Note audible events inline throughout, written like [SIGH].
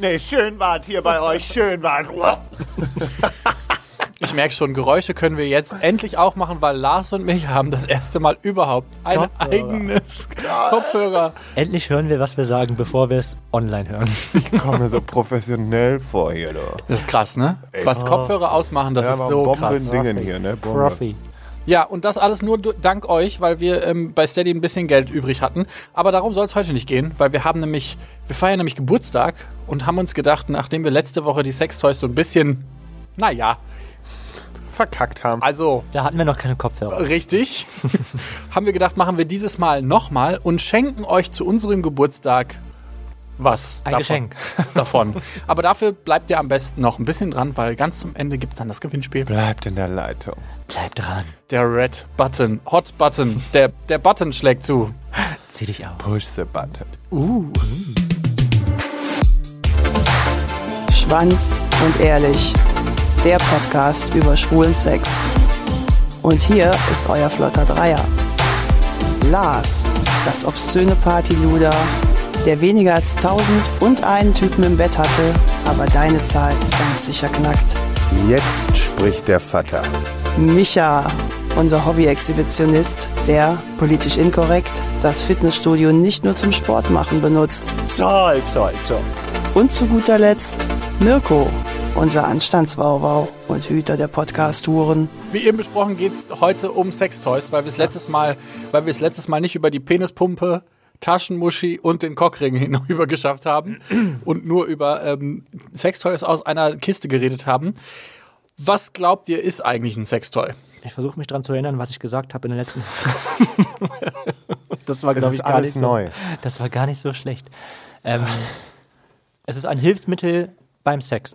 Nee, schön war's hier bei euch, schön war's. Ich merke schon, Geräusche können wir jetzt endlich auch machen, weil Lars und mich haben das erste Mal überhaupt ein Kopfhörer. eigenes Kopfhörer. Endlich hören wir, was wir sagen, bevor wir es online hören. Ich komme mir so professionell vor hier, du. Das ist krass, ne? Was Kopfhörer ausmachen, das ist aber so Bomben krass. Dingen hier, ne? Bombe. Profi. Ja, und das alles nur du- dank euch, weil wir ähm, bei Steady ein bisschen Geld übrig hatten. Aber darum soll es heute nicht gehen, weil wir haben nämlich, wir feiern nämlich Geburtstag und haben uns gedacht, nachdem wir letzte Woche die Sextoys so ein bisschen, naja, Verkackt haben. also Da hatten wir noch keine Äh. Kopfhörer. [LAUGHS] richtig, haben wir gedacht, machen wir dieses Mal nochmal und schenken euch zu unserem Geburtstag was. Ein davon. Geschenk. [LAUGHS] Davon. Aber dafür bleibt ihr am besten noch ein bisschen dran, weil ganz zum Ende gibt es dann das Gewinnspiel. Bleibt in der Leitung. Bleib dran. Der Red Button, Hot Button, der, der Button schlägt zu. Zieh dich aus. Push the button. Schwanz und ehrlich. Der Podcast über schwulen Sex. Und hier ist euer flotter Dreier. Lars, das obszöne Partyluder, der weniger als 1000 und einen Typen im Bett hatte, aber deine Zahl ganz sicher knackt. Jetzt spricht der Vater. Micha, unser Hobby-Exhibitionist, der, politisch inkorrekt, das Fitnessstudio nicht nur zum Sport machen benutzt. Zoll, Zoll, Zoll. Und zu guter Letzt Mirko, unser Anstandswauwau und Hüter der Podcast-Touren. Wie eben besprochen geht es heute um Sextoys, weil wir es letztes Mal, weil wir es letztes Mal nicht über die Penispumpe, Taschenmuschi und den Cockring [LAUGHS] hinüber geschafft haben und nur über ähm, Sextoys aus einer Kiste geredet haben. Was glaubt ihr, ist eigentlich ein Sextoy? Ich versuche mich dran zu erinnern, was ich gesagt habe in der [LAUGHS] letzten. das war, Es glaube ist ich, gar alles nicht so. neu. Das war gar nicht so schlecht. Ähm, [LAUGHS] es ist ein Hilfsmittel beim Sex.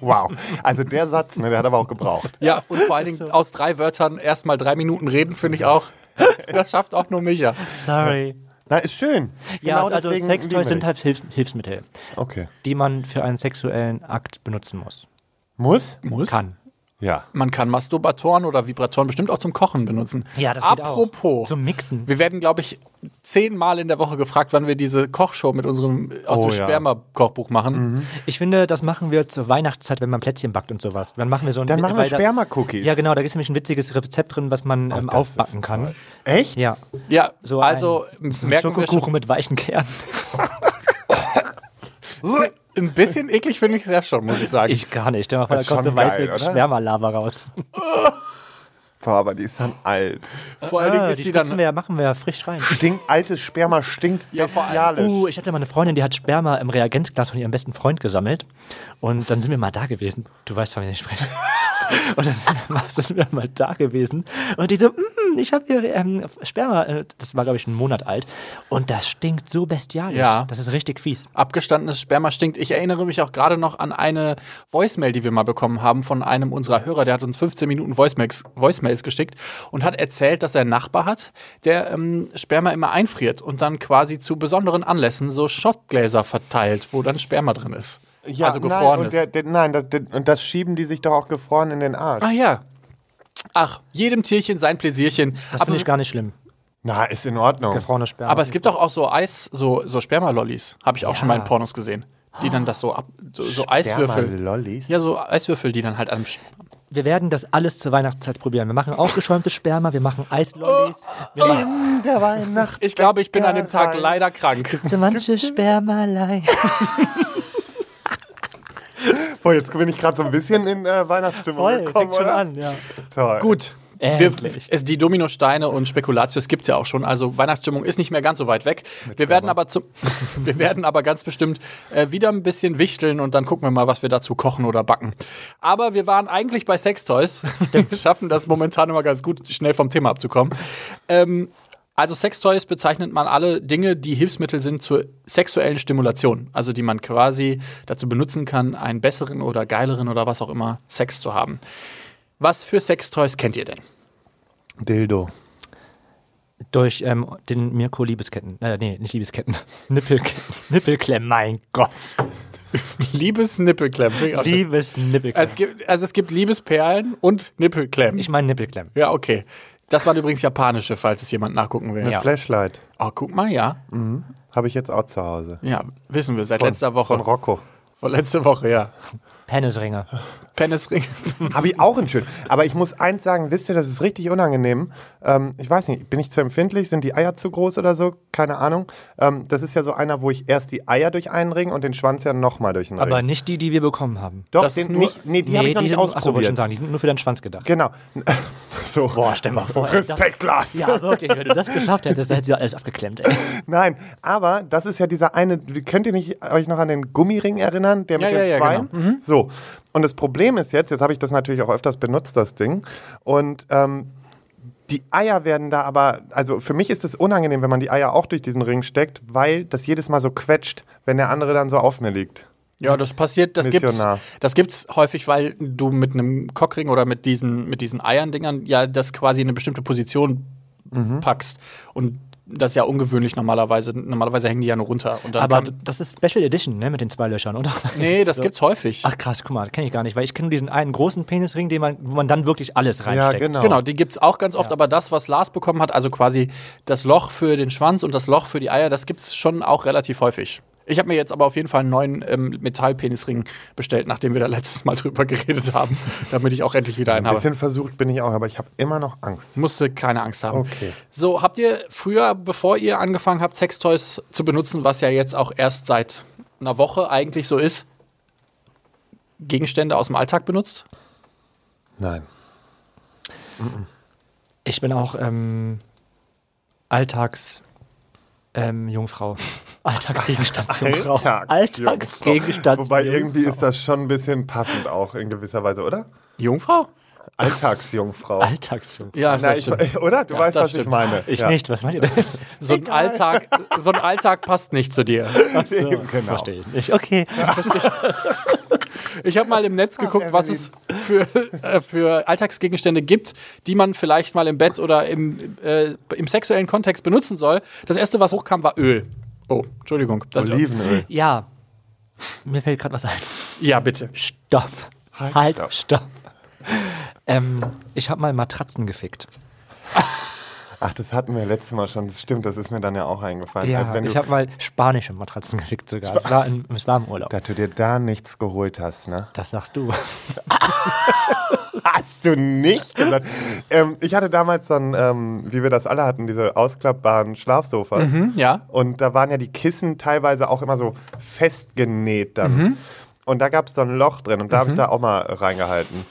Wow. Also der Satz, ne, der hat aber auch gebraucht. Ja, und vor allen Dingen aus drei Wörtern erstmal drei Minuten reden, finde ich auch. Das schafft auch nur Micha. Sorry. Na, ist schön. Genau Ja, also deswegen lieben wir Sextoys sind dich. halt Hilfs Hilfsmittel, Okay. die man für einen sexuellen Akt benutzen muss. Muss? Muss? Kann. Ja. Man kann Masturbatoren oder Vibratoren bestimmt auch zum Kochen benutzen. Ja, das geht auch. Apropos, Zum Mixen. Wir werden, glaube ich, zehnmal in der Woche gefragt, wann wir diese Kochshow mit unserem aus Oh, dem ja. Mhm. Sperma-Kochbuch machen. Ich finde, das machen wir zur Weihnachtszeit, wenn man Plätzchen backt und sowas. Dann machen wir so ein Dann machen wir weil da- Sperma-Cookies. Ja, genau, da gibt es nämlich ein witziges Rezept drin, was man ähm, das ist aufbacken kann. Echt? Ja. Ja, So also ein, so ein merken wir Schokokuchen schon, mit weichen Kernen. [LAUGHS] ein bisschen eklig finde ich es ja schon, muss ich sagen. Ich gar nicht. Da kommt ist so schon geil, weiße oder? Schwärmerlava raus. Boah, aber die ist dann alt. vor allen Ah, Dingen ist sie dann... putzen Ah, wir, ja- machen wir ja frisch rein. Stink, altes Sperma stinkt Ja, vor allem- bestialisch. Uh, ich hatte mal eine Freundin, die hat Sperma im Reagenzglas von ihrem besten Freund gesammelt. Und dann sind wir mal da gewesen. Du weißt, von wem ich spreche. [LAUGHS] Und dann sind wir mal, sind wir mal da gewesen. Und die so, "Mm, ich habe hier ähm, Sperma. äh, Das war, glaube ich, einen Monat alt. Und das stinkt so bestialisch. Ja. Das ist richtig fies. Abgestandenes Sperma stinkt. Ich erinnere mich auch gerade noch an eine Voicemail, die wir mal bekommen haben von einem unserer Hörer. Der hat uns 15 Minuten Voicemails, Voicemails geschickt und hat erzählt, dass er einen Nachbar hat, der ähm, Sperma immer einfriert und dann quasi zu besonderen Anlässen so Schottgläser verteilt, wo dann Sperma drin ist. ja, also nein, gefrorenes. und der, der, nein das, der, und das schieben die sich doch auch gefroren in den Arsch. Ah ja. Ach, jedem Tierchen sein Pläsierchen. Das Aber, finde ich gar nicht schlimm. Na, ist in Ordnung. Gefrorene Sperma. aber es gibt doch auch so Eis, so, so Spermalollis. Habe ich auch schon mal in Pornos gesehen. Die dann das so ab. So, so Eiswürfel. Lollis. Ja, so Eiswürfel, die dann halt am. Sch- wir werden das alles zur Weihnachtszeit probieren. Wir machen aufgeschäumtes Sperma, wir machen Eislollis. Oh. Wir machen Der Weihnacht. Ich glaube, ich bin an dem Tag leider krank. so manche Spermalei. Boah, jetzt bin ich gerade so ein bisschen in äh, Weihnachtsstimmung Voll, gekommen, fängt schon oder? an, ja. Toll. Gut. Wir, Endlich. es, die Dominosteine und Spekulatius gibt es ja auch schon, also Weihnachtsstimmung ist nicht mehr ganz so weit weg. Wir werden, aber zum, [LAUGHS] wir werden aber ganz bestimmt äh, wieder ein bisschen wichteln und dann gucken wir mal, was wir dazu kochen oder backen. Aber wir waren eigentlich bei Sextoys. Wir schaffen das momentan immer ganz gut, schnell vom Thema abzukommen. Ähm, also Sextoys bezeichnet man alle Dinge, die Hilfsmittel sind zur sexuellen Stimulation, also die man quasi dazu benutzen kann, einen besseren oder geileren oder was auch immer Sex zu haben. Was für Sextoys kennt ihr denn? Dildo. Durch ähm, den Mirko Liebesketten. Äh, nee, nicht Liebesketten. [LAUGHS] Nippel, Nippelklemmen, mein Gott. Liebes Nippelklemmen. Finde ich auch schön. Also Liebes Nippelklemmen. Es gibt, also es gibt Liebesperlen und Nippelklemmen. ich meine Nippelklemmen. ja, okay. Das waren übrigens japanische, falls es jemand nachgucken will. Eine Ja. Flashlight Oh, guck mal, ja. habe ich jetzt auch zu Hause. Ja, wissen wir, seit letzter Woche. Von Rocco. Von letzter Woche, ja. Penisringe. Penisring. Habe ich auch einen schönen. Aber ich muss eins sagen, wisst ihr, das ist richtig unangenehm. Ähm, ich weiß nicht, bin ich zu empfindlich? Sind die Eier zu groß oder so? Keine Ahnung. Ähm, das ist ja so einer, wo ich erst die Eier durch einen Ring und den Schwanz ja nochmal durch einen Aber Ring. nicht die, die wir bekommen haben. Doch, das den ist nur- nicht, nee, die habe ich noch die nicht sind, achso, wollte ich schon ausprobiert. sagen, die sind nur für deinen Schwanz gedacht. genau. [LAUGHS] so. Boah, stell mal vor. ey, das- Respektglas. Ja, wirklich, wenn du das geschafft hättest, dann hättest du ja alles abgeklemmt, ey. Nein, aber das ist ja dieser eine, könnt ihr nicht euch noch an den Gummiring erinnern, der mit Ja, den ja, ja, Zweien? genau. Mhm. So. Und das Problem ist jetzt, jetzt habe ich das natürlich auch öfters benutzt, das Ding. Und ähm, die Eier werden da aber, also für mich ist es unangenehm, wenn man die Eier auch durch diesen Ring steckt, weil das jedes Mal so quetscht, wenn der andere dann so auf mir liegt. [LAUGHS] Ja, das passiert, das gibt's, Missionar. das gibt's häufig, weil du mit einem Cockring oder mit diesen, mit diesen Eiern-Dingern ja das quasi in eine bestimmte Position Mhm. packst. Und das ist ja ungewöhnlich normalerweise. Normalerweise hängen die ja nur runter. Und dann Aber kann, das ist Special Edition, ne, mit den zwei Löchern, oder? nee, das gibt's häufig. Ach krass, guck mal, kenne ich gar nicht, weil ich kenne nur diesen einen großen Penisring, den man, wo man dann wirklich alles reinsteckt. genau. Genau, die gibt's auch ganz oft, aber das, was Lars bekommen hat, also quasi das Loch für den Schwanz und das Loch für die Eier, das gibt's schon auch relativ häufig. Ich habe mir jetzt aber auf jeden Fall einen neuen ähm, Metallpenisring bestellt, nachdem wir da letztes Mal [LAUGHS] drüber geredet haben, damit ich auch endlich wieder einen Ein habe. bisschen versucht bin ich auch, aber ich habe immer noch Angst. Musste keine Angst haben. Okay. So, habt ihr früher, bevor ihr angefangen habt, Sextoys zu benutzen, was ja jetzt auch erst seit einer Woche eigentlich so ist, Gegenstände aus dem Alltag benutzt? Nein. Ich bin auch ähm, Alltags ähm, [LAUGHS] Jungfrau. Alltagsgegenstandsjungfrau. Alltagsgegenstandsjungfrau. Wobei irgendwie ist das schon ein bisschen passend auch in gewisser Weise, oder? Jungfrau? Alltagsjungfrau. Alltagsjungfrau. Ja, Na, das ich, stimmt. oder? Du Ja, weißt, das was ich stimmt. meine. Ich ja. nicht, was meint [LAUGHS] ihr denn? So ein, Alltag, so ein Alltag passt nicht zu dir. So, Verstehe ich nicht. Okay. Ich habe mal im Netz geguckt, was es für, äh, für Alltagsgegenstände gibt, die man vielleicht mal im Bett oder im, äh, im sexuellen Kontext benutzen soll. Das erste, was hochkam, war Öl. Oh, Entschuldigung. Das Olivenöl. Ja. Mir fällt gerade was ein. Ja, bitte. Stopp. Halt, stopp. stopp. Ähm, ich habe mal Matratzen gefickt. Ach, das hatten wir letztes Mal schon. Das stimmt, das ist mir dann ja auch eingefallen. Ja, also wenn ich du, habe mal spanische Matratzen gefickt sogar. es, war im, es war im Urlaub. dass du dir da nichts geholt hast, ne? Das sagst du. Hast du nicht gesagt. ähm, ich hatte damals so ein, ähm, wie wir das alle hatten, diese ausklappbaren Schlafsofas. ja. Und da waren ja die Kissen teilweise auch immer so festgenäht dann. Mhm. Und da gab es so ein Loch drin und da habe ich da auch mal reingehalten.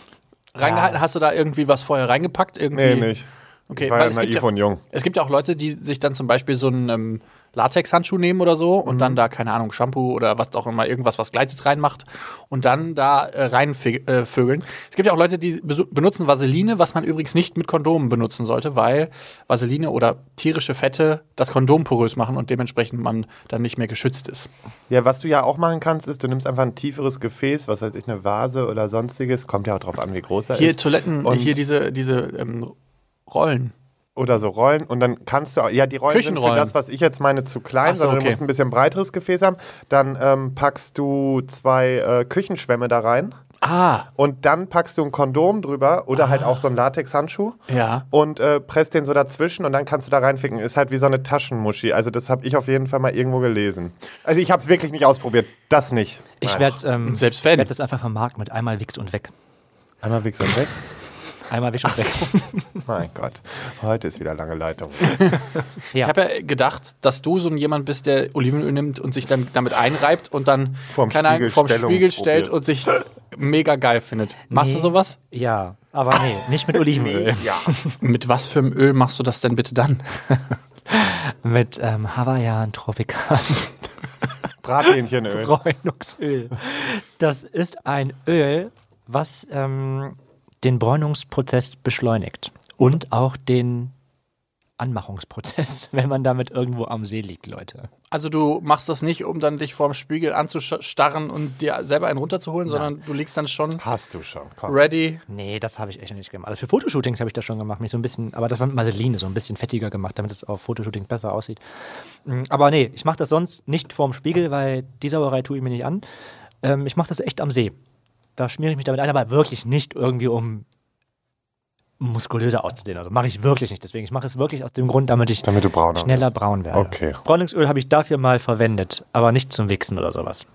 Reingehalten, hast du da irgendwie was vorher reingepackt? Irgendwie? Nee, nicht. Okay, ich war weil ja es naiv gibt ja- und jung. Es gibt ja auch Leute, die sich dann zum Beispiel so einen ähm, Latexhandschuh nehmen oder so und Mhm. dann da, keine Ahnung, Shampoo oder was auch immer, irgendwas, was gleitet, reinmacht und dann da äh, reinvögeln. Äh, vögeln. es gibt ja auch Leute, die besu- benutzen Vaseline, was man übrigens nicht mit Kondomen benutzen sollte, weil Vaseline oder tierische Fette das Kondom porös machen und dementsprechend man dann nicht mehr geschützt ist. Ja, was du ja auch machen kannst, ist, du nimmst einfach ein tieferes Gefäß, was weiß ich, eine Vase oder sonstiges. Kommt ja auch drauf an, wie groß er Hier ist. Toiletten, und- hier diese, diese ähm, Rollen. Oder so Rollen. Und dann kannst du auch, ja, die Rollen sind für Küchenrollen. das, was ich jetzt meine, zu klein, Ach so, sondern du okay. musst ein bisschen breiteres Gefäß haben. Dann ähm, packst du zwei äh, Küchenschwämme da rein. Ah, Und dann packst du ein Kondom drüber oder halt auch so einen Latexhandschuh Ja. und äh, presst den so dazwischen und dann kannst du da reinficken. Ist halt wie so eine Taschenmuschi. Also das habe ich auf jeden Fall mal irgendwo gelesen. Also ich habe es wirklich nicht ausprobiert. Das nicht. Ich Nein. werde ähm, selbst ich wenn. werd das einfach vermarkten mit einmal wichst und weg. Einmal wichs und weg. Einmal wichst und weg. Mein Gott, heute ist wieder lange Leitung. Ich habe ja gedacht, dass du so ein jemand bist, der Olivenöl nimmt und sich dann damit einreibt und dann Vorm keine Ahnung, Spiegel vorm Stellung Spiegel stellt probiert. und sich mega geil findet. Machst du sowas? [LAUGHS] Ja, aber nee, nicht mit Olivenöl. ja. Mit was für einem Öl machst du das denn bitte dann? Mit ähm, Hawaiian Tropical Brathähnchenöl. [LAUGHS] Bräunungsöl. Das ist ein Öl, was ähm, den Bräunungsprozess beschleunigt und auch den Anmachungsprozess, [LAUGHS] wenn man damit irgendwo am See liegt, Leute. Also du machst das nicht, um dann dich vorm Spiegel anzustarren und dir selber einen runterzuholen, sondern du liegst dann schon Hast du schon. Komm. ready. Nee, das habe ich echt noch nicht gemacht. Also für Fotoshootings habe ich das schon gemacht, mich so ein bisschen, aber das war mit Vaseline, so ein bisschen fettiger gemacht, damit es auf Fotoshootings besser aussieht. Mm, Aber nee, ich mache das sonst nicht vorm Spiegel, weil die Sauerei tue ich mir nicht an. Ähm, ich mache das echt am See. Da schmiere ich mich damit ein, aber wirklich nicht irgendwie, um muskulöser auszusehen. Also mache ich wirklich nicht. Deswegen, ich mache es wirklich aus dem Grund, damit ich Damit du brauner schneller wirst. braun werde. Okay. Bräunungsöl habe ich dafür mal verwendet, aber nicht zum Wichsen oder sowas.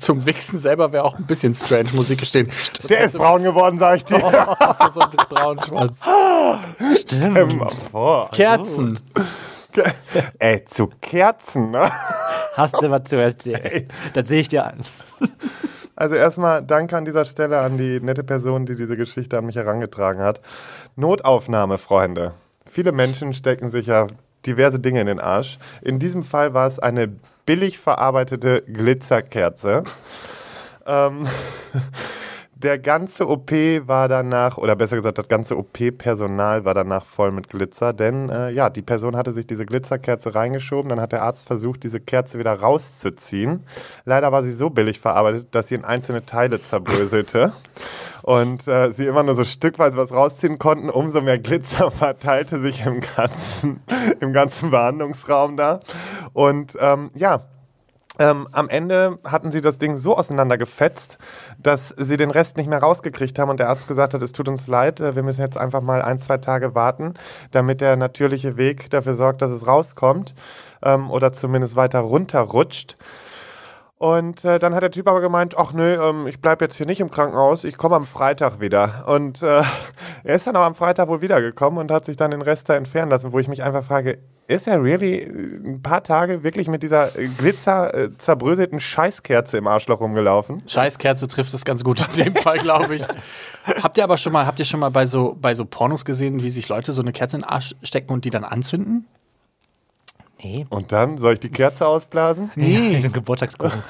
Zum Wichsen selber wäre auch ein bisschen strange, muss ich [LAUGHS] gestehen. Der ist braun geworden, sag ich Oh. dir. Hast du so einen braunen Schwanz. Stimmt. Mal vor. Kerzen. Ey, zu Kerzen, ne? Hast du was zu erzählen? Das sehe ich dir an. Also erstmal danke an dieser Stelle an die nette Person, die diese Geschichte an mich herangetragen hat. Notaufnahme, Freunde. Viele Menschen stecken sich ja diverse Dinge in den Arsch. In diesem Fall war es eine billig verarbeitete Glitzerkerze. ähm, der ganze OP war danach, oder besser gesagt, das ganze OP-Personal war danach voll mit Glitzer, denn äh, ja, die Person hatte sich diese Glitzerkerze reingeschoben, dann hat der Arzt versucht, diese Kerze wieder rauszuziehen. Leider war sie so billig verarbeitet, dass sie in einzelne Teile zerbröselte und äh, sie immer nur so stückweise was rausziehen konnten, umso mehr Glitzer [LAUGHS] verteilte sich im ganzen, im ganzen Behandlungsraum da. Und ähm, ja, ähm, am Ende hatten sie das Ding so auseinandergefetzt, dass sie den Rest nicht mehr rausgekriegt haben und der Arzt gesagt hat, es tut uns leid, äh, wir müssen jetzt einfach mal ein, zwei Tage warten, damit der natürliche Weg dafür sorgt, dass es rauskommt ähm, oder zumindest weiter runterrutscht. Und äh, dann hat der Typ aber gemeint, ach nö, ähm, ich bleib jetzt hier nicht im Krankenhaus, ich komme am Freitag wieder. Und äh, [LAUGHS] er ist dann aber am Freitag wohl wiedergekommen und hat sich dann den Rest da entfernen lassen, wo ich mich einfach frage, ist er really äh, ein paar Tage wirklich mit dieser äh, glitzer äh, zerbröselten Scheißkerze im Arschloch rumgelaufen? Scheißkerze trifft es ganz gut in dem Fall, glaube [LAUGHS] ich. habt ihr aber schon mal, habt ihr schon mal bei so, bei so Pornos gesehen, wie sich Leute so eine Kerze in den Arsch stecken und die dann anzünden? Nee. [LAUGHS] Und dann soll ich die Kerze ausblasen? Nee. [LAUGHS] Ja, Geburtstagskuchen.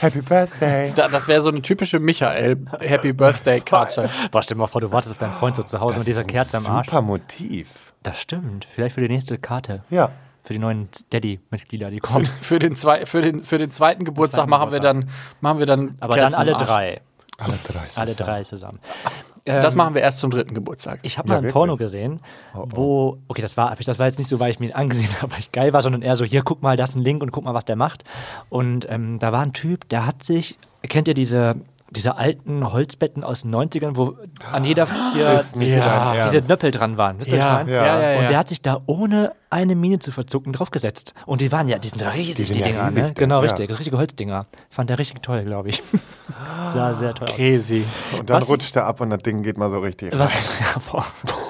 Happy Birthday! Da, das wäre so eine typische Michael Happy Birthday Karte. Boah, stell dir mal vor, du wartest auf deinen Freund so zu Hause mit dieser Kerze am Arsch. Super Motiv. Das stimmt. Vielleicht für die nächste Karte. Ja. Für die neuen Steady-Mitglieder, die kommen. Für den, zwei, für den, für den zweiten Geburtstag zweiten machen wir dann machen wir dann Aber Kerzen dann alle im Arsch. drei. Alle drei. Alle drei zusammen. Ah, Ähm, Das machen wir erst zum dritten Geburtstag. Ich habe mal ein Porno gesehen, Oh, wo, okay, das war, das war jetzt nicht so, weil ich mir ihn angesehen [LAUGHS] habe, weil ich geil war, sondern eher so, hier, guck mal, das ist ein Link und guck mal, was der macht. Und ähm, da war ein Typ, der hat sich, kennt ihr diese, diese alten Holzbetten aus den 90ern, wo an jeder Ah, vier diese, dein diese Ernst. Nöppel dran waren, wisst ihr, was ja, ich meine? ja, ja, ja, Und der hat sich da ohne eine Miene zu verzucken draufgesetzt. Und die waren ja, die sind riesig, die, sind ja Dinger. riesig, ne? Genau, ja. richtig. Richtige Holzdinger. Fand der richtig toll, glaube ich. [LAUGHS] Sah sehr toll aus. Crazy. Und dann Was- Äh, rutscht er ab und das Ding geht mal so richtig. rein. Was, [LAUGHS] ja, boah,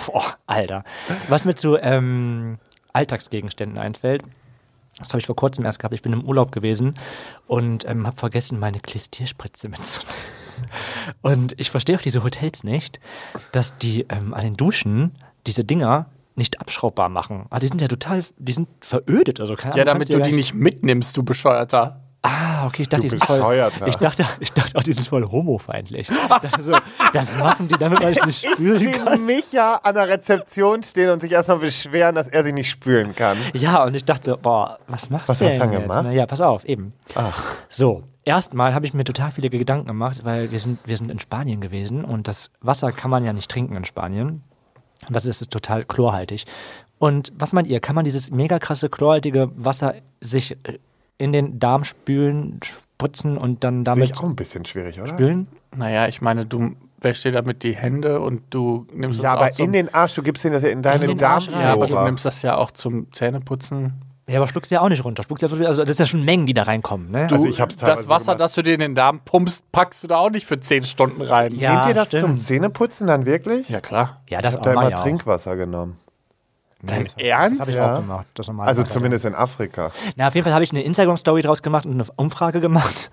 boah, Alter. Was mir zu ähm, Alltagsgegenständen einfällt, das habe ich vor kurzem erst gehabt. Ich bin im Urlaub gewesen und ähm, habe vergessen, meine Klistierspritze mitzunehmen. Und ich verstehe auch diese Hotels nicht, dass die ähm, an den Duschen diese Dinger nicht abschraubbar machen. Ah, die sind ja total, die sind verödet. Also keine Ja, Ahnung, damit kannst ja du gar die nicht mitnimmst, du Bescheuerter. Ah, okay, ich dachte, die sind voll. ne? Bescheuerter. Ich dachte, ich dachte auch, die sind voll [LAUGHS] homofeindlich. Ich dachte so, das machen die, damit man sich nicht spülen kann. neben Micha an der Rezeption stehen und sich erstmal beschweren, dass er sich nicht spülen kann. Ja, und ich dachte, boah, was machst Was du denn hast du dann jetzt? gemacht? Na Ja, pass auf, eben. Ach. So, erstmal habe ich mir total viele Gedanken gemacht, weil wir sind, wir sind in Spanien gewesen und das Wasser kann man ja nicht trinken in Spanien. Und das ist, ist total chlorhaltig. Und was meint ihr, kann man dieses mega krasse chlorhaltige Wasser sich äh, in den Darm spülen, spritzen und dann Damit damit ich auch ne? ein bisschen schwierig, oder? spülen? Naja, ich meine, du wäschst dir damit die Hände und du nimmst Ja, das auch aber zum, in den Arsch, du gibst ihn das ja in deinen den Arsch rein. Ja, aber du Darmflora. nimmst das ja auch zum Zähneputzen. Ja, aber schluckst du ja auch nicht runter. Schluckst ja, so viel- also das ist ja schon Mengen, die da reinkommen. Ne? Du, Also ich hab's teilweise das Wasser, gemacht. das du dir in den Darm pumpst, packst du da auch nicht für zehn Stunden rein. Ja. Nehmt ihr das stimmt. zum Zähneputzen dann wirklich? ja klar. ja, ich das hab da auch immer mal Trinkwasser genommen. Dein Das habe Ernst? ich Ja. auch gemacht. Das normale Also Wasser. zumindest in Afrika. Na, auf jeden Fall habe ich eine Instagram-Story draus gemacht und eine Umfrage gemacht.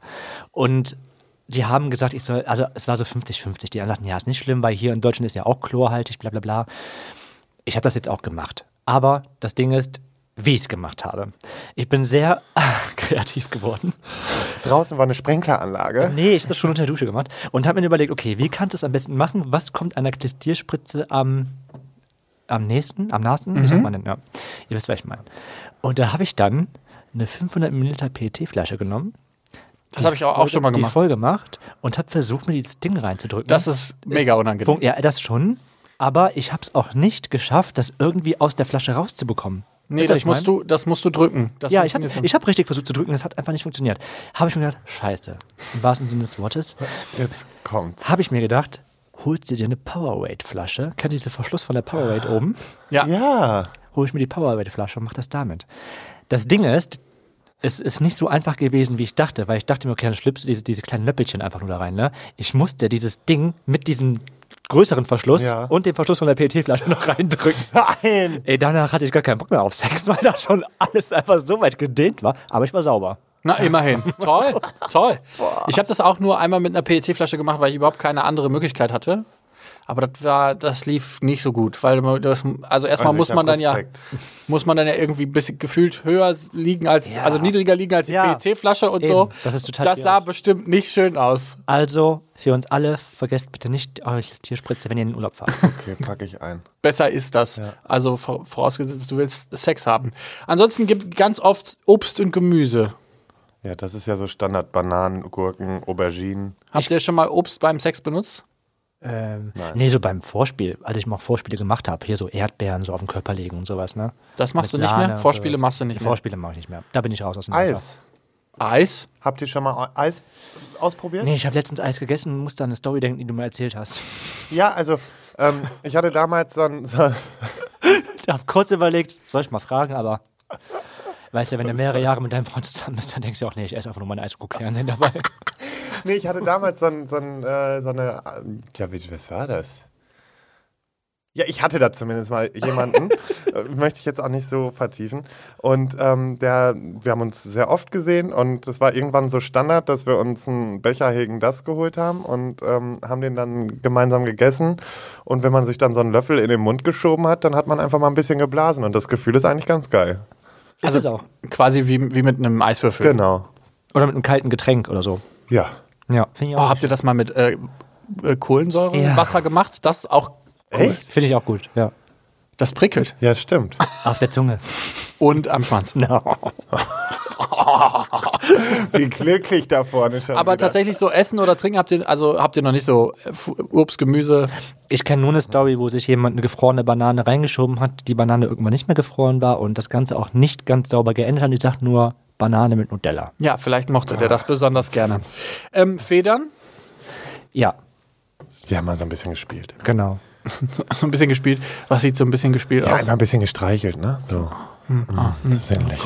Und die haben gesagt, ich soll, also es war so 50-50. Die anderen sagten, ja, ist nicht schlimm, weil hier in Deutschland ist ja auch chlorhaltig, bla bla bla. Ich habe das jetzt auch gemacht. Aber das Ding ist, wie ich es gemacht habe. Ich bin sehr [LAUGHS] kreativ geworden. Draußen war eine Sprenkleranlage. Nee, ich habe das schon unter der Dusche gemacht und habe mir überlegt, okay, wie kannst du es am besten machen? Was kommt einer Klistierspritze am, am nächsten, am nahesten? Mhm. Wie sagt man denn? Ja. Ihr wisst, was ich meine. Und da habe ich dann eine 500 Milliliter PET-Flasche genommen, Das habe ich auch, auch schon mal die gemacht. voll gemacht und habe versucht, mir dieses Ding reinzudrücken. Das ist mega unangenehm. Fun- Ja, das schon. Aber ich habe es auch nicht geschafft, das irgendwie aus der Flasche rauszubekommen. Nee, Wisst ihr, was das ich musst, meine? du, das musst du drücken. Das Ja, ich habe funktioniert ich hab richtig versucht zu drücken, das hat einfach nicht funktioniert. Habe ich mir gedacht, scheiße, im wahrsten Sinne des Wortes. Jetzt kommt's. habe ich mir gedacht, holst du dir eine Powerade-Flasche. Kennt ihr diesen Verschluss von der Powerade oben? Ja. Ja. Hol ich mir die Powerade-Flasche und mach das damit. Das Ding ist, es ist nicht so einfach gewesen, wie ich dachte, weil ich dachte mir, okay, dann schlüpfst du diese, diese kleinen Nöppelchen einfach nur da rein. Ne? Ich musste dieses Ding mit diesem größeren Verschluss Ja. und dem Verschluss von der PET-Flasche noch reindrücken. [LAUGHS] Nein. Ey, danach hatte ich gar keinen Bock mehr auf Sex, [LAUGHS] weil da schon alles einfach so weit gedehnt war. Aber ich war sauber. Na, immerhin. [LAUGHS] toll, toll. Ich habe das auch nur einmal mit einer PET-Flasche gemacht, weil ich überhaupt keine andere Möglichkeit hatte. Aber das war, das lief nicht so gut, weil man das, also erstmal Also muss ich man hab dann ja, Respekt. muss man dann ja irgendwie ein bisschen gefühlt höher liegen als, also niedriger liegen als die Ja. PET-Flasche und Eben. so. Das ist total Das sah schwierig. bestimmt nicht schön aus. Also, für uns alle, vergesst bitte nicht eure Tierspritze, wenn ihr in den Urlaub fahrt. Okay, packe ich ein. besser ist das. Also vor- vorausgesetzt, du willst Sex haben. Ansonsten gibt ganz oft Obst und Gemüse. Ja, das ist ja so Standard Bananen, Gurken, Auberginen. Habt ihr schon mal Obst beim Sex benutzt? ähm, nee, so beim Vorspiel, als ich mal Vorspiele gemacht habe, hier so Erdbeeren so auf den Körper legen und sowas, ne? Das machst Mit du nicht mehr? Sahne und Vorspiele sowas. machst du nicht mehr? Vorspiele mache ich nicht mehr. Da bin ich raus aus dem Alter. Eis. Eis? Habt ihr schon mal Eis ausprobiert? Nee, ich habe letztens Eis gegessen und musste an eine Story denken, die du mir erzählt hast. [LAUGHS] Ja, also ähm, ich hatte damals so ein, [LAUGHS] so, Ich habe kurz überlegt, soll ich mal fragen, aber. Weißt du, wenn du mehrere Jahre mit deinem Freund zusammen bist, dann denkst du auch, nee, ich esse einfach nur mein Eis und guck Fernsehen dabei. nee, ich hatte damals so, ein, so, ein, äh, so eine, ähm, ja, wie, was war das? Ja, ich hatte da zumindest mal jemanden, äh, möchte ich jetzt auch nicht so vertiefen. Und ähm, der, wir haben uns sehr oft gesehen und es war irgendwann so Standard, dass wir uns einen Becher Hegen das geholt haben und ähm, haben den dann gemeinsam gegessen. Und wenn man sich dann so einen Löffel in den Mund geschoben hat, dann hat man einfach mal ein bisschen geblasen und das Gefühl ist eigentlich ganz geil. Ist es auch. Quasi wie, wie mit einem Eiswürfel. Genau. Oder mit einem kalten Getränk oder so. Ja. Ja, finde ich, Oh, auch- habt ihr das mal mit äh, äh, Kohlensäure Ja. Wasser gemacht? Das ist auch, Echt? finde ich auch gut. Ja. das prickelt. Ja, stimmt. Auf der Zunge. [LAUGHS] Genau. Und am Schwanz. No. [LAUGHS] Wie glücklich da vorne schon. Aber wieder. tatsächlich so Essen oder Trinken habt ihr, also habt ihr noch nicht so äh, Fu- Obst, Gemüse. Ich kenne nur eine Story, wo sich jemand eine gefrorene Banane reingeschoben hat, die Banane irgendwann nicht mehr gefroren war und das Ganze auch nicht ganz sauber geendet hat. Ich sage nur Banane mit Nutella. Ja, vielleicht mochte der Ah. das besonders gerne. Ähm, Federn? Ja, Wir haben mal so ein bisschen gespielt. genau. so ein bisschen gespielt. Was sieht so ein bisschen gespielt Ja, aus? immer ein bisschen gestreichelt, ne? So. Mhm. Sinnlich.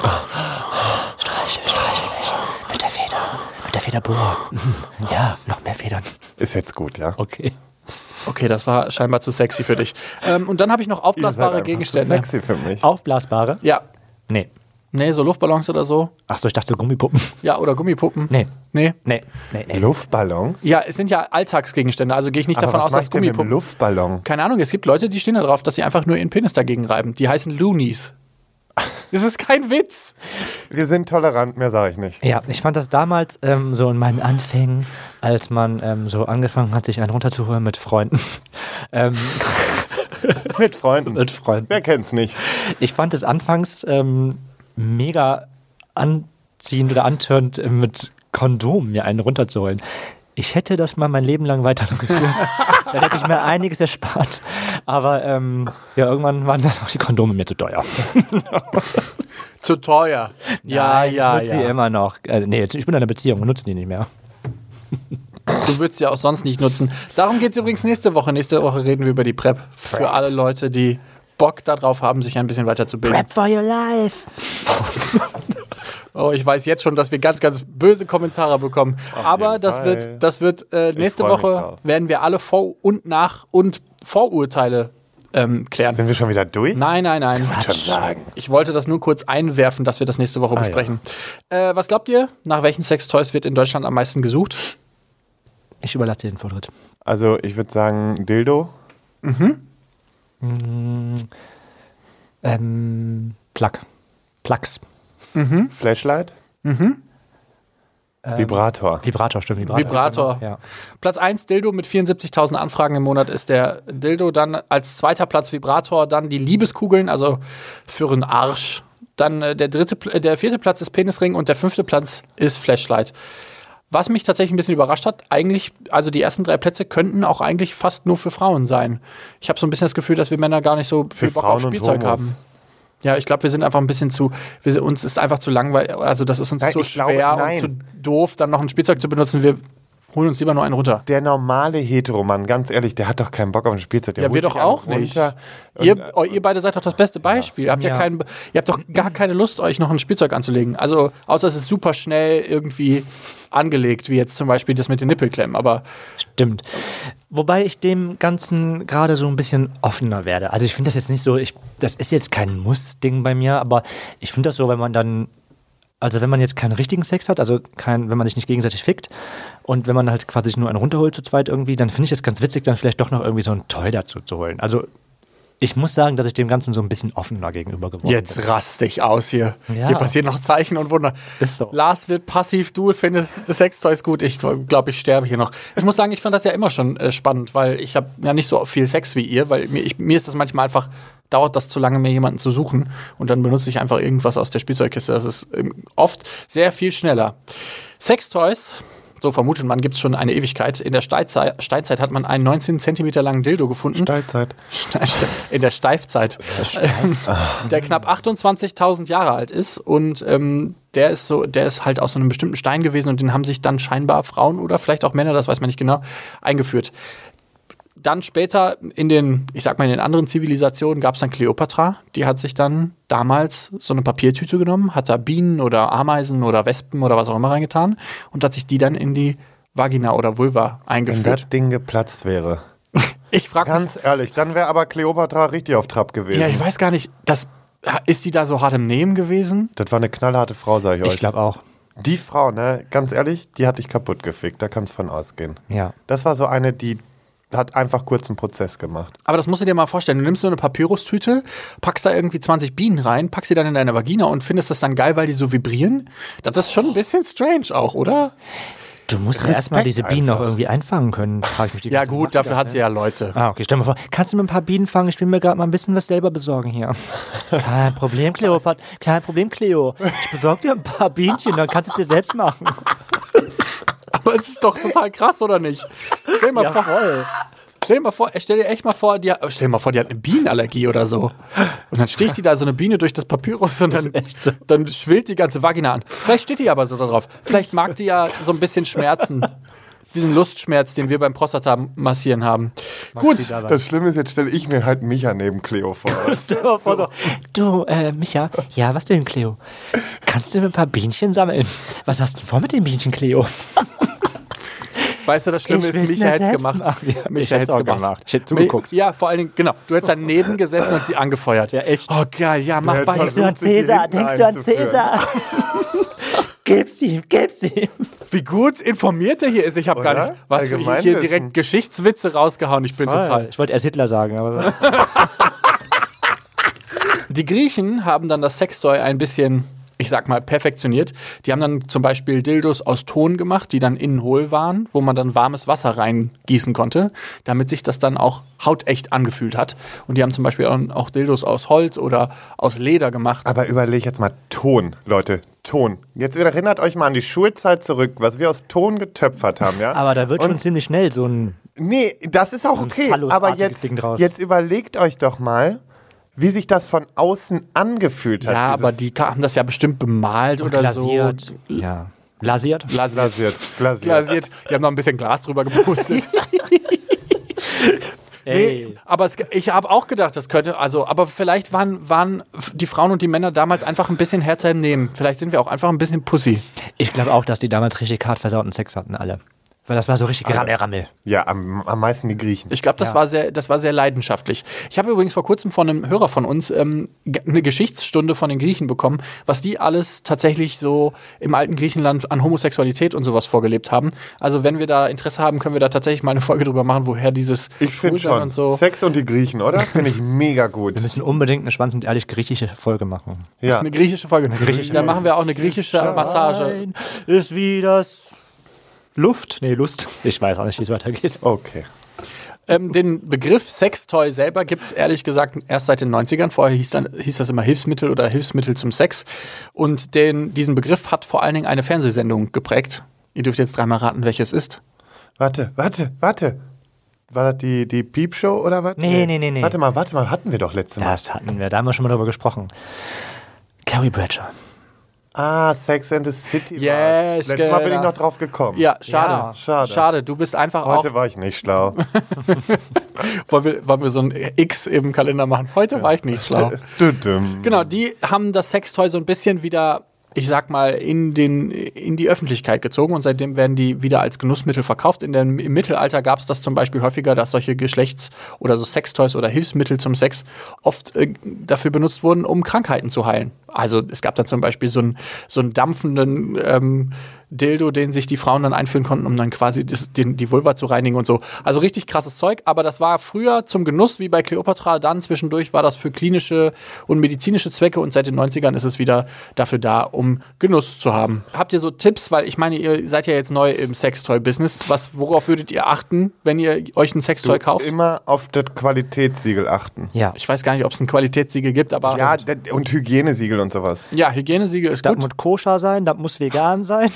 Streichel, streichel mich. Mit der Feder. Mit der Federbohr. Mhm. [LAUGHS] Ja, noch mehr Federn. Ist jetzt gut, ja? Okay. Okay, das war scheinbar zu sexy für dich. Ähm, und dann habe ich noch Ihr seid aufblasbare einfach Gegenstände. Zu sexy für mich. Aufblasbare? Ja. Nee. Nee, so Luftballons oder so. Achso, ich dachte Gummipuppen. [LAUGHS] Ja, oder Gummipuppen. Nee. Nee. Nee, nee, nee. Luftballons? Ja, es sind ja Alltagsgegenstände, also gehe ich nicht Aber davon was aus, mach dass ich denn mit dem Gummipuppen. Luftballon? Keine Ahnung, es gibt Leute, die stehen da drauf, dass sie einfach nur ihren Penis dagegen reiben. Die [LAUGHS] heißen Loonies. Das ist kein Witz. Wir sind tolerant, mehr sage ich nicht. Ja, ich fand das damals ähm, so in meinen Anfängen, als man ähm, so angefangen hat, sich einen runterzuholen mit Freunden. [LAUGHS] ähm, [LAUGHS] Mit Freunden. mit Freunden. Wer kennt's nicht? Ich fand es anfangs ähm, mega anziehend oder antörend, äh, mit Kondom mir einen runterzuholen. Ich hätte das mal mein Leben lang weiter [LAUGHS] so geführt. Dann hätte ich mir einiges erspart. Aber ähm, ja, irgendwann waren dann auch die Kondome mir zu teuer. Zu teuer. Ja, Nein, ja, ich nutze die ja. immer noch. Äh, nee, jetzt, ich bin in einer Beziehung, nutze die nicht mehr. Du würdest sie auch sonst nicht nutzen. Darum geht es übrigens nächste Woche. Nächste Woche reden wir über die PrEP. Für alle Leute, die Bock darauf haben, sich ein bisschen weiterzubilden. for your life. Oh, ich weiß jetzt schon, dass wir ganz, ganz böse Kommentare bekommen. Aber jeden das Fall. wird, das wird äh, nächste freu mich Woche drauf. werden wir alle Vor- und Nach- und Vorurteile ähm, klären. Sind wir schon wieder durch? Nein, nein, nein. Schon sagen. Ich wollte das nur kurz einwerfen, dass wir das nächste Ah, Woche besprechen. Äh, was glaubt ihr? Nach welchen Sextoys wird in Deutschland am meisten gesucht? Ich überlasse dir den Vortritt. Also, ich würde sagen, Dildo. Mm. Ähm, Plug. Plugs. Flashlight. Mhm. Ähm, Vibrator. Vibrator, stimmt. Vibrator. Vibrator. genau, Ja. Platz 1 Dildo mit 74.000 Anfragen im Monat ist der Dildo. Dann als zweiter Platz Vibrator, dann die Liebeskugeln, also für einen Arsch. Dann äh, der, dritte, Pl- äh, der vierte Platz ist Penisring und der fünfte Platz ist Flashlight. Was mich tatsächlich ein bisschen überrascht hat, eigentlich, also die ersten drei Plätze könnten auch eigentlich fast nur für Frauen sein. Ich habe so ein bisschen das Gefühl, dass wir Männer gar nicht so viel Für Bock Frauen auf und Spielzeug Homos. haben. Ja, ich glaube, wir sind einfach ein bisschen zu, wir, sind- uns ist einfach zu langweilig, also das ist uns Nein, zu ich glaube, schwer und nein. zu doof, dann noch ein Spielzeug zu benutzen. Wir holen uns lieber nur einen runter. Der normale Heteromann, ganz ehrlich, der hat doch keinen Bock auf ein Spielzeug. Der Ja, wir holt doch sich einen auch nicht. runter und, äh, Ihr, oh, ihr beide seid doch das beste Beispiel. Ihr, habt ja. Ja. keinen, ihr habt doch gar keine Lust, euch noch ein Spielzeug anzulegen. Also, außer es ist super schnell irgendwie angelegt, wie jetzt zum Beispiel das mit den Nippelklemmen. Aber Stimmt. Wobei ich dem Ganzen gerade so ein bisschen offener werde. Also ich finde das jetzt nicht so, ich, das ist jetzt kein Muss-Ding bei mir, aber ich finde das so, wenn man dann, also wenn man jetzt keinen richtigen Sex hat, also kein, wenn man sich nicht gegenseitig fickt und wenn man halt quasi nur einen runterholt zu zweit irgendwie, dann finde ich das ganz witzig, dann vielleicht doch noch irgendwie so ein Toy dazu zu holen. Also ich muss sagen, dass ich dem Ganzen so ein bisschen offener gegenüber geworden bin. jetzt rast dich aus hier. Ja. Hier passieren noch Zeichen und Wunder. Ist so. Lars wird passiv, du findest Sextoys gut. Ich glaube, ich sterbe hier noch. Ich muss sagen, ich fand das ja immer schon äh, spannend, weil ich habe ja nicht so viel Sex wie ihr, weil mir, ich, mir ist das manchmal einfach, dauert das zu lange, mir jemanden zu suchen. Und dann benutze ich einfach irgendwas aus der Spielzeugkiste. Das ist ähm, oft sehr viel schneller. Sextoys. So vermutet man, gibt es schon eine Ewigkeit. In der Steinzei- Steinzeit hat man einen 19 Zentimeter langen Dildo gefunden. Stallzeit. In der Steifzeit. Ähm, der knapp 28.000 Jahre alt ist und ähm, der ist so, der ist halt aus so einem bestimmten Stein gewesen und den haben sich dann scheinbar Frauen oder vielleicht auch Männer, das weiß man nicht genau, eingeführt. Dann später in den, ich sag mal, in den anderen Zivilisationen gab es dann Kleopatra, die hat sich dann damals so eine Papiertüte genommen, hat da Bienen oder Ameisen oder Wespen oder was auch immer reingetan und hat sich die dann in die Vagina oder Vulva Wenn eingeführt. das Ding geplatzt wäre. Ich frage mich, Ganz ehrlich, dann wäre aber Cleopatra richtig auf Trab gewesen. Ja, ich weiß gar nicht, das, ist die da so hart im Nehmen gewesen? das war eine knallharte Frau, sag ich, euch. Ich glaube auch. Die Frau, ne, ganz ehrlich, die hat dich kaputt gefickt, da kannst von ausgehen. Ja. Das war so eine, die hat einfach kurz einen Prozess gemacht. Aber das musst du dir mal vorstellen. Du nimmst so eine Papyrustüte, packst da irgendwie 20 Bienen rein, packst sie dann in deine Vagina und findest das dann geil, weil die so vibrieren. Das ist schon ein bisschen strange auch, oder? Du musst ja Respekt erstmal diese Bienen einfach. noch irgendwie einfangen können, frage ich mich die ganze Zeit. hat sie ja Leute. Ah, okay, stell mal vor. Kannst du mir ein paar Bienen fangen? Ich will mir gerade mal ein bisschen was selber besorgen hier. Kein Problem, Cleo. Kein Problem, Cleo. Ich besorge dir ein paar Bienchen, dann kannst du es dir [LAUGHS] selbst machen. [LAUGHS] Aber es ist doch total krass, oder nicht? Stell dir mal vor, Jawohl. stell dir mal vor, stell dir echt mal vor, die, hat- oh, stell dir mal vor, die hat eine Bienenallergie oder so. Und dann sticht die da so eine Biene durch das Papyrus und dann, dann schwillt die ganze Vagina an. Vielleicht steht die aber so da drauf. Vielleicht mag die ja so ein bisschen Schmerzen. Diesen Lustschmerz, den wir beim Prostata-Massieren haben. Gut, Das Schlimme ist, jetzt stelle ich mir halt Micha neben Cleo vor. Stell dir mal vor, so. Du, äh, Micha. Ja, was denn, Cleo? Kannst du mir ein paar Bienchen sammeln? Was hast du vor mit den Bienchen, Cleo? Weißt du, das Schlimme Ich ist, will's Micha mir hätte es selbst gemacht. machen. Ja, [LAUGHS] Micha ich hätt's hätte es auch gemacht. gemacht. Ich hätt zugeguckt. Mi- Ja, vor allen Dingen, genau. Du hättest daneben gesessen und sie angefeuert. Ja, echt. Oh, geil, ja, mach hätte weiter. Denkst du an versucht, sich die Cäsar? hinten Denkst du an einzuführen. Cäsar? [LAUGHS] gib's ihm, gib's ihm. Wie gut informiert er hier ist. Ich habe gar Oder? nicht, was für Allgemeinwissen. hier direkt Geschichtswitze rausgehauen. Ich bin total. Ich wollte erst Hitler sagen, [LAUGHS] aber. Die Griechen haben dann das Sextoy ein bisschen, ich sag mal, perfektioniert. Die haben dann zum Beispiel Dildos aus Ton gemacht, die dann innen hohl waren, wo man dann warmes Wasser reingießen konnte, damit sich das dann auch hautecht angefühlt hat. Und die haben zum Beispiel auch, auch Dildos aus Holz oder aus Leder [LAUGHS] gemacht. Aber überleg jetzt mal Ton, Leute, Ton. Jetzt erinnert euch mal an die Schulzeit zurück, was wir aus Ton getöpfert haben, ja? Aber da wird schon ziemlich schnell so ein. Nee, das ist auch okay. Aber phallusartiges jetzt, Ding draus. jetzt überlegt euch doch mal, wie sich das von außen angefühlt hat. ja, halt dieses aber die haben das ja bestimmt bemalt oder Glasiert. so. Ja. Glasiert? Glasiert. glasiert, glasiert. glasiert. Die haben noch ein bisschen Glas drüber gepustet. Nee, aber es, ich habe auch gedacht, das könnte, also, aber vielleicht waren, waren die Frauen und die Männer damals einfach ein bisschen härter im Nehmen. Vielleicht sind wir auch einfach ein bisschen Pussy. Ich glaube auch, dass die damals richtig hart versauten Sex hatten, alle. Weil das war so richtig Rammel-Rammel. Ja, am, am meisten die Griechen. Ich glaube, das, war sehr, das war sehr leidenschaftlich. Ich habe übrigens vor kurzem von einem Hörer von uns ähm, ge- eine Geschichtsstunde von den Griechen bekommen, was die alles tatsächlich so im alten Griechenland an Homosexualität und sowas vorgelebt haben. Also, wenn wir da Interesse haben, können wir da tatsächlich mal eine Folge drüber machen, woher dieses Ich finde Schwulsein schon. und so. Sex und die Griechen, [LAUGHS] oder? Finde ich mega gut. Wir müssen unbedingt eine schwanz- und ehrlich griechische Folge machen. Ja. Eine griechische Folge. Dann machen wir auch eine griechische Massage. ist wie das. Luft? Nee, Lust. Ich weiß auch nicht, wie es weitergeht. Okay. Ähm, den Begriff Sextoy selber gibt es ehrlich gesagt erst seit den 90ern. Vorher hieß, dann, hieß das immer Hilfsmittel oder Hilfsmittel zum Sex. Und den, diesen Begriff hat vor allen Dingen eine Fernsehsendung geprägt. Ihr dürft jetzt dreimal raten, welche es ist. Warte, warte, warte. War das die, die Piepshow oder was? Nee, nee, nee, nee. Warte mal, warte mal, hatten wir doch letzte Mal. Das hatten wir, da haben wir schon mal drüber gesprochen. Carrie Bradshaw. Ah, Sex and the City. Yes, war's. Letztes Mal bin genau. ich noch drauf gekommen. Ja, schade. Ja, schade. Schade, du bist einfach Heute auch. war ich nicht schlau. [LAUGHS] Wollen wir, wollen wir so ein X im Kalender machen? Heute war ich nicht [LAUGHS] schlau. Düdüm. Genau, die haben das Sextoy so ein bisschen wieder, ich sag mal, in, den, in die Öffentlichkeit gezogen und seitdem werden die wieder als Genussmittel verkauft. In dem, Im Mittelalter gab es das zum Beispiel häufiger, dass solche Geschlechts- oder so Sextoys oder Hilfsmittel zum Sex oft äh, dafür benutzt wurden, um Krankheiten zu heilen. Also es gab dann zum Beispiel so einen, so einen dampfenden ähm, Dildo, den sich die Frauen dann einführen konnten, um dann quasi das, den, die Vulva zu reinigen und so. Also richtig krasses Zeug, aber das war früher zum Genuss wie bei Cleopatra, dann zwischendurch war das für klinische und medizinische Zwecke und seit den 90ern ist es wieder dafür da, um Genuss zu haben. Habt ihr so Tipps, weil ich meine, ihr seid ja jetzt neu im Sextoy-Business. Was, worauf würdet ihr achten, wenn ihr euch ein Sextoy kauft? Immer auf das Qualitätssiegel achten. Ja. Ich weiß gar nicht, ob es ein Qualitätssiegel gibt, aber Ja, d- und Hygienesiegel und sowas. ja Hygienesiegel ist Das gut. muss koscher sein, das muss [LAUGHS] vegan sein.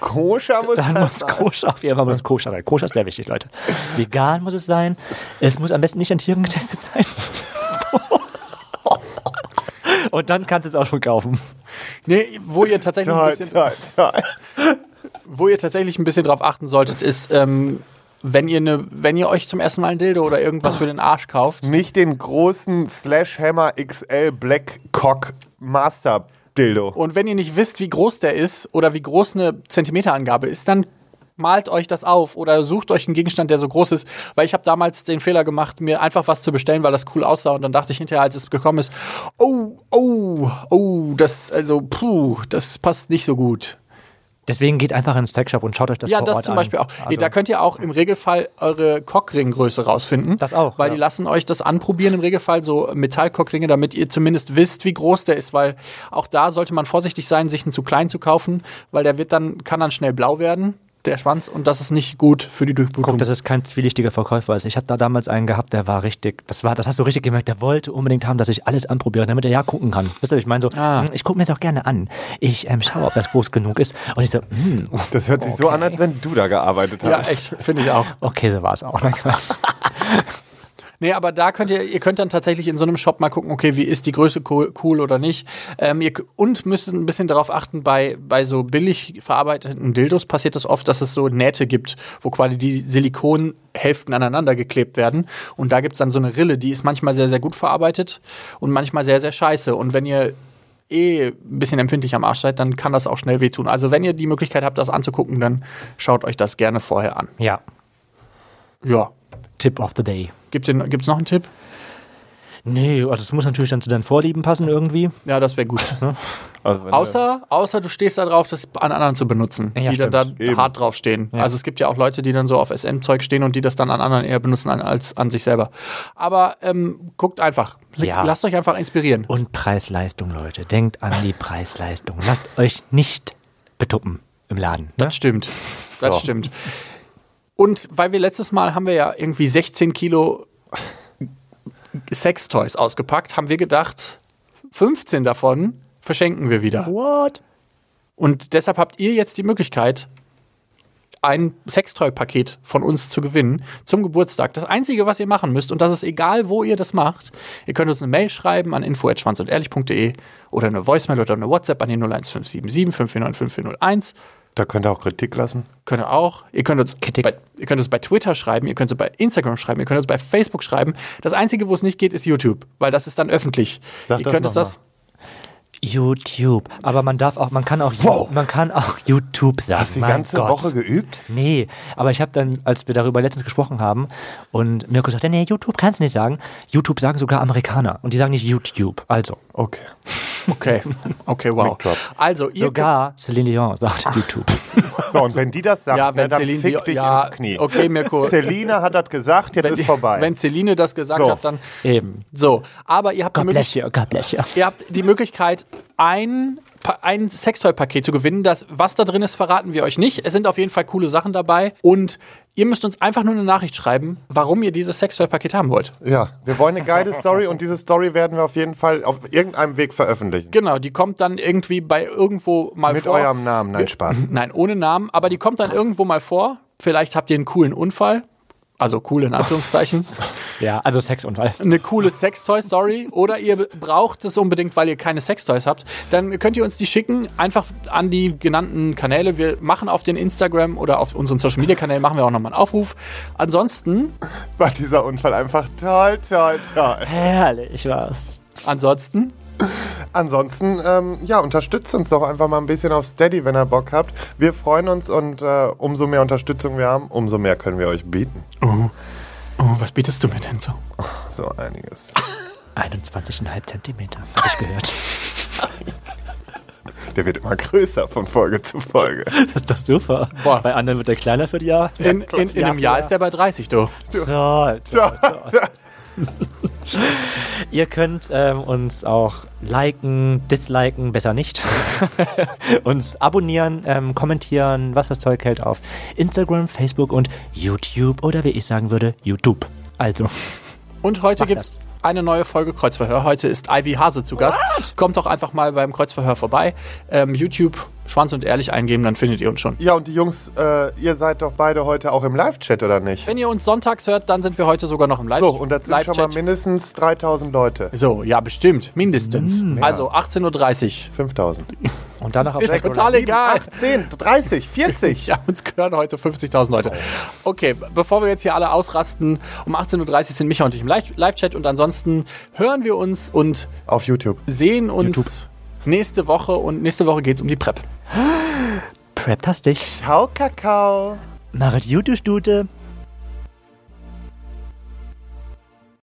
Koscher muss Dann das muss sein. koscher, auf jeden Fall muss koscher sein. Koscher ist sehr wichtig, Leute. Vegan muss es sein. Es muss am besten nicht an Tieren getestet [LAUGHS] sein. Und dann kannst du es auch schon kaufen. Nee, wo [LAUGHS] ihr tatsächlich ein Toi, bisschen toi, toi. Wo ihr tatsächlich ein bisschen drauf achten solltet, ist, ähm, wenn ihr ne, wenn ihr euch zum ersten Mal ein Dildo oder irgendwas für den Arsch kauft. Nicht den großen Slash Hammer XL Black Cock Master Dildo. Und wenn ihr nicht wisst, wie groß der ist oder wie groß eine Zentimeterangabe ist, dann malt euch das auf oder sucht euch einen Gegenstand, der so groß ist. Weil ich habe damals den Fehler gemacht, mir einfach was zu bestellen, weil das cool aussah. Und dann dachte ich hinterher, als es gekommen ist, oh, oh, oh, das, also, puh, das passt nicht so gut. Deswegen geht einfach in den Stackshop und schaut euch das Ja, vor das Ort zum an. Beispiel auch. Also- da könnt ihr auch im Regelfall eure Cockringgröße rausfinden. Das auch, Weil ja. die lassen euch das anprobieren im Regelfall, so Metallcockringe, damit ihr zumindest wisst, wie groß der ist, weil auch da sollte man vorsichtig sein, sich einen zu klein zu kaufen, weil der wird dann, kann dann schnell blau werden, der Schwanz, und das ist nicht gut für die Durchblutung. Guck, dass es kein zwielichtiger Verkäufer ist. Ich habe da damals einen gehabt, der war richtig, das war, das hast du richtig gemerkt, der wollte unbedingt haben, dass ich alles anprobiere, damit er ja gucken kann. Wisst ihr, ich meine so, Ah. hm, ich gucke mir das auch gerne an. Ich ähm, schaue, ob das groß genug ist. Und ich so, hm, Das hört sich so an, als wenn du da gearbeitet ja, hast. echt, finde ich auch. okay, so war [LAUGHS] es auch. Nein, Quatsch. Nee, aber da könnt ihr, ihr könnt dann tatsächlich in so einem Shop mal gucken, okay, wie ist die Größe cool, cool oder nicht. Ähm, ihr, k- und müsst ein bisschen darauf achten, bei, bei so billig verarbeiteten Dildos passiert das oft, dass es so Nähte gibt, wo quasi die Silikonhälften aneinander geklebt werden. Und da gibt's dann so eine Rille, die ist manchmal sehr, sehr gut verarbeitet und manchmal sehr, sehr scheiße. Und wenn ihr eh ein bisschen empfindlich am Arsch seid, dann kann das auch schnell wehtun. Also wenn ihr die Möglichkeit habt, das anzugucken, dann schaut euch das gerne vorher an. ja, Ja. Tip of the Day. Gibt's, den, gibt's noch einen Tipp? Nee, also es muss natürlich dann zu deinen Vorlieben passen irgendwie. Ja, das wäre gut. Also wenn du- Außer, außer du stehst da drauf, das an anderen zu benutzen, Ja, die da, stimmt. da hart drauf stehen. Also es gibt ja auch Leute, die dann so auf SM-Zeug stehen und die das dann an anderen eher benutzen an, als an sich selber. Aber ähm, guckt einfach. L- Ja. Lasst euch einfach inspirieren. Und Preis-Leistung, Leute. Denkt an die Preis-Leistung. Lasst euch nicht betuppen im Laden. Ne? Das stimmt. Das stimmt. Und weil wir letztes Mal haben wir ja irgendwie 16 Kilo Sextoys ausgepackt, haben wir gedacht, 15 davon verschenken wir wieder. What? Und deshalb habt ihr jetzt die Möglichkeit, ein Sextoy-Paket von uns zu gewinnen zum Geburtstag. Das Einzige, was ihr machen müsst, und das ist egal, wo ihr das macht, ihr könnt uns eine Mail schreiben an info.schwanzundehrlich.de oder eine Voicemail oder eine WhatsApp an die 01577 549 5401. Da könnt ihr auch Kritik lassen. Könnt ihr auch. Ihr könnt, uns Kritik. bei, ihr könnt uns bei Twitter schreiben, ihr könnt uns bei Instagram schreiben, ihr könnt uns bei Facebook schreiben. Das Einzige, wo es nicht geht, ist YouTube, weil das ist dann öffentlich. Sag ihr das könnt uns noch das. YouTube. Aber man darf auch, man kann auch, man kann auch [LAUGHS] YouTube sagen. Hast du die Mein ganze Gott. Woche geübt? Nee, aber ich habe dann, als wir darüber letztens gesprochen haben, und Mirko sagte, nee, YouTube kannst du nicht sagen. YouTube sagen sogar Amerikaner und die sagen nicht YouTube. Also, Okay. Okay, okay, wow. Also, ihr sogar Celine Dion sagt YouTube. So, und wenn die das sagt, [LAUGHS] Ja, wenn na, dann Celine fick Dion- dich ja, ins Knie. okay, [LAUGHS] Mirko. Celine hat das gesagt, jetzt wenn, ist vorbei. wenn Celine das gesagt So. hat, dann Eben. so. Aber ihr habt, die God bless Möglichkeit, you, God bless you. ihr habt die Möglichkeit, ein, Pa- ein Sextoy-Paket zu gewinnen. Das, was da drin ist, verraten wir euch nicht. Es sind auf jeden Fall coole Sachen dabei. Und ihr müsst uns einfach nur eine Nachricht schreiben, warum ihr dieses Sextoy-Paket haben wollt. ja, wir wollen eine geile Story und diese Story werden wir auf jeden Fall auf irgendeinem Weg veröffentlichen. Genau, die kommt dann irgendwie bei irgendwo mal Mit vor. eurem Namen, nein, Spaß. Nein, ohne Namen, aber die kommt dann irgendwo mal vor. Vielleicht habt ihr einen coolen Unfall. also cool in Anführungszeichen, Ja, also Sexunfall. eine coole Sextoy-Story oder ihr braucht es unbedingt, weil ihr keine Sextoys habt, dann könnt ihr uns die schicken, einfach an die genannten Kanäle. Wir machen auf den Instagram oder auf unseren Social-Media-Kanälen machen wir auch nochmal einen Aufruf. Ansonsten, [LAUGHS] War dieser Unfall einfach toll, toll, toll. Herrlich war's. ansonsten, Ansonsten, ähm, ja, unterstützt uns doch einfach mal ein bisschen auf Steady, wenn ihr Bock habt. Wir freuen uns und äh, umso mehr Unterstützung wir haben, umso mehr können wir euch bieten. oh, was bietest du mir denn so? So einiges. 21,5 Zentimeter, hab ich gehört. [LAUGHS] Der wird immer größer von Folge zu [LAUGHS] Folge. Das ist doch super. Boah. Bei anderen wird der kleiner für die Jahr. In, in, in einem Jahr ist der bei 30, du. So, so, so. Ihr könnt ähm, uns auch liken, disliken, besser [LAUGHS] nicht. uns abonnieren, ähm, kommentieren, was das Zeug hält auf Instagram, Facebook und YouTube oder wie ich sagen würde, YouTube. Also, Und heute Mach gibt's eine neue Folge Kreuzverhör. Heute ist Ivy Hase zu Gast. Kommt doch einfach mal beim Kreuzverhör vorbei. Ähm, YouTube, Schwanz und Ehrlich eingeben, dann findet ihr uns schon. Ja, und die Jungs, äh, ihr seid doch beide heute auch im Live-Chat, oder nicht? Wenn ihr uns sonntags hört, dann sind wir heute sogar noch im Live- So, und das sind schon mal Live-Chat. mindestens 3000 Leute. So, ja, bestimmt. Mindestens. Also 18.30 Uhr. 5000. und danach auf Ist Sex. total egal. 10, 30, 40. [LAUGHS] [LAUGHS] Ja, uns gehören heute 50.000 Leute. Okay, bevor wir jetzt hier alle ausrasten, um 18.30 Uhr sind Micha und ich im Live- Live-Chat und ansonsten hören wir uns und Auf YouTube. sehen uns nächste Woche und nächste Woche geht's um die PrEP. Preptastisch. Ciao, Kakao. Marit YouTube-Stute.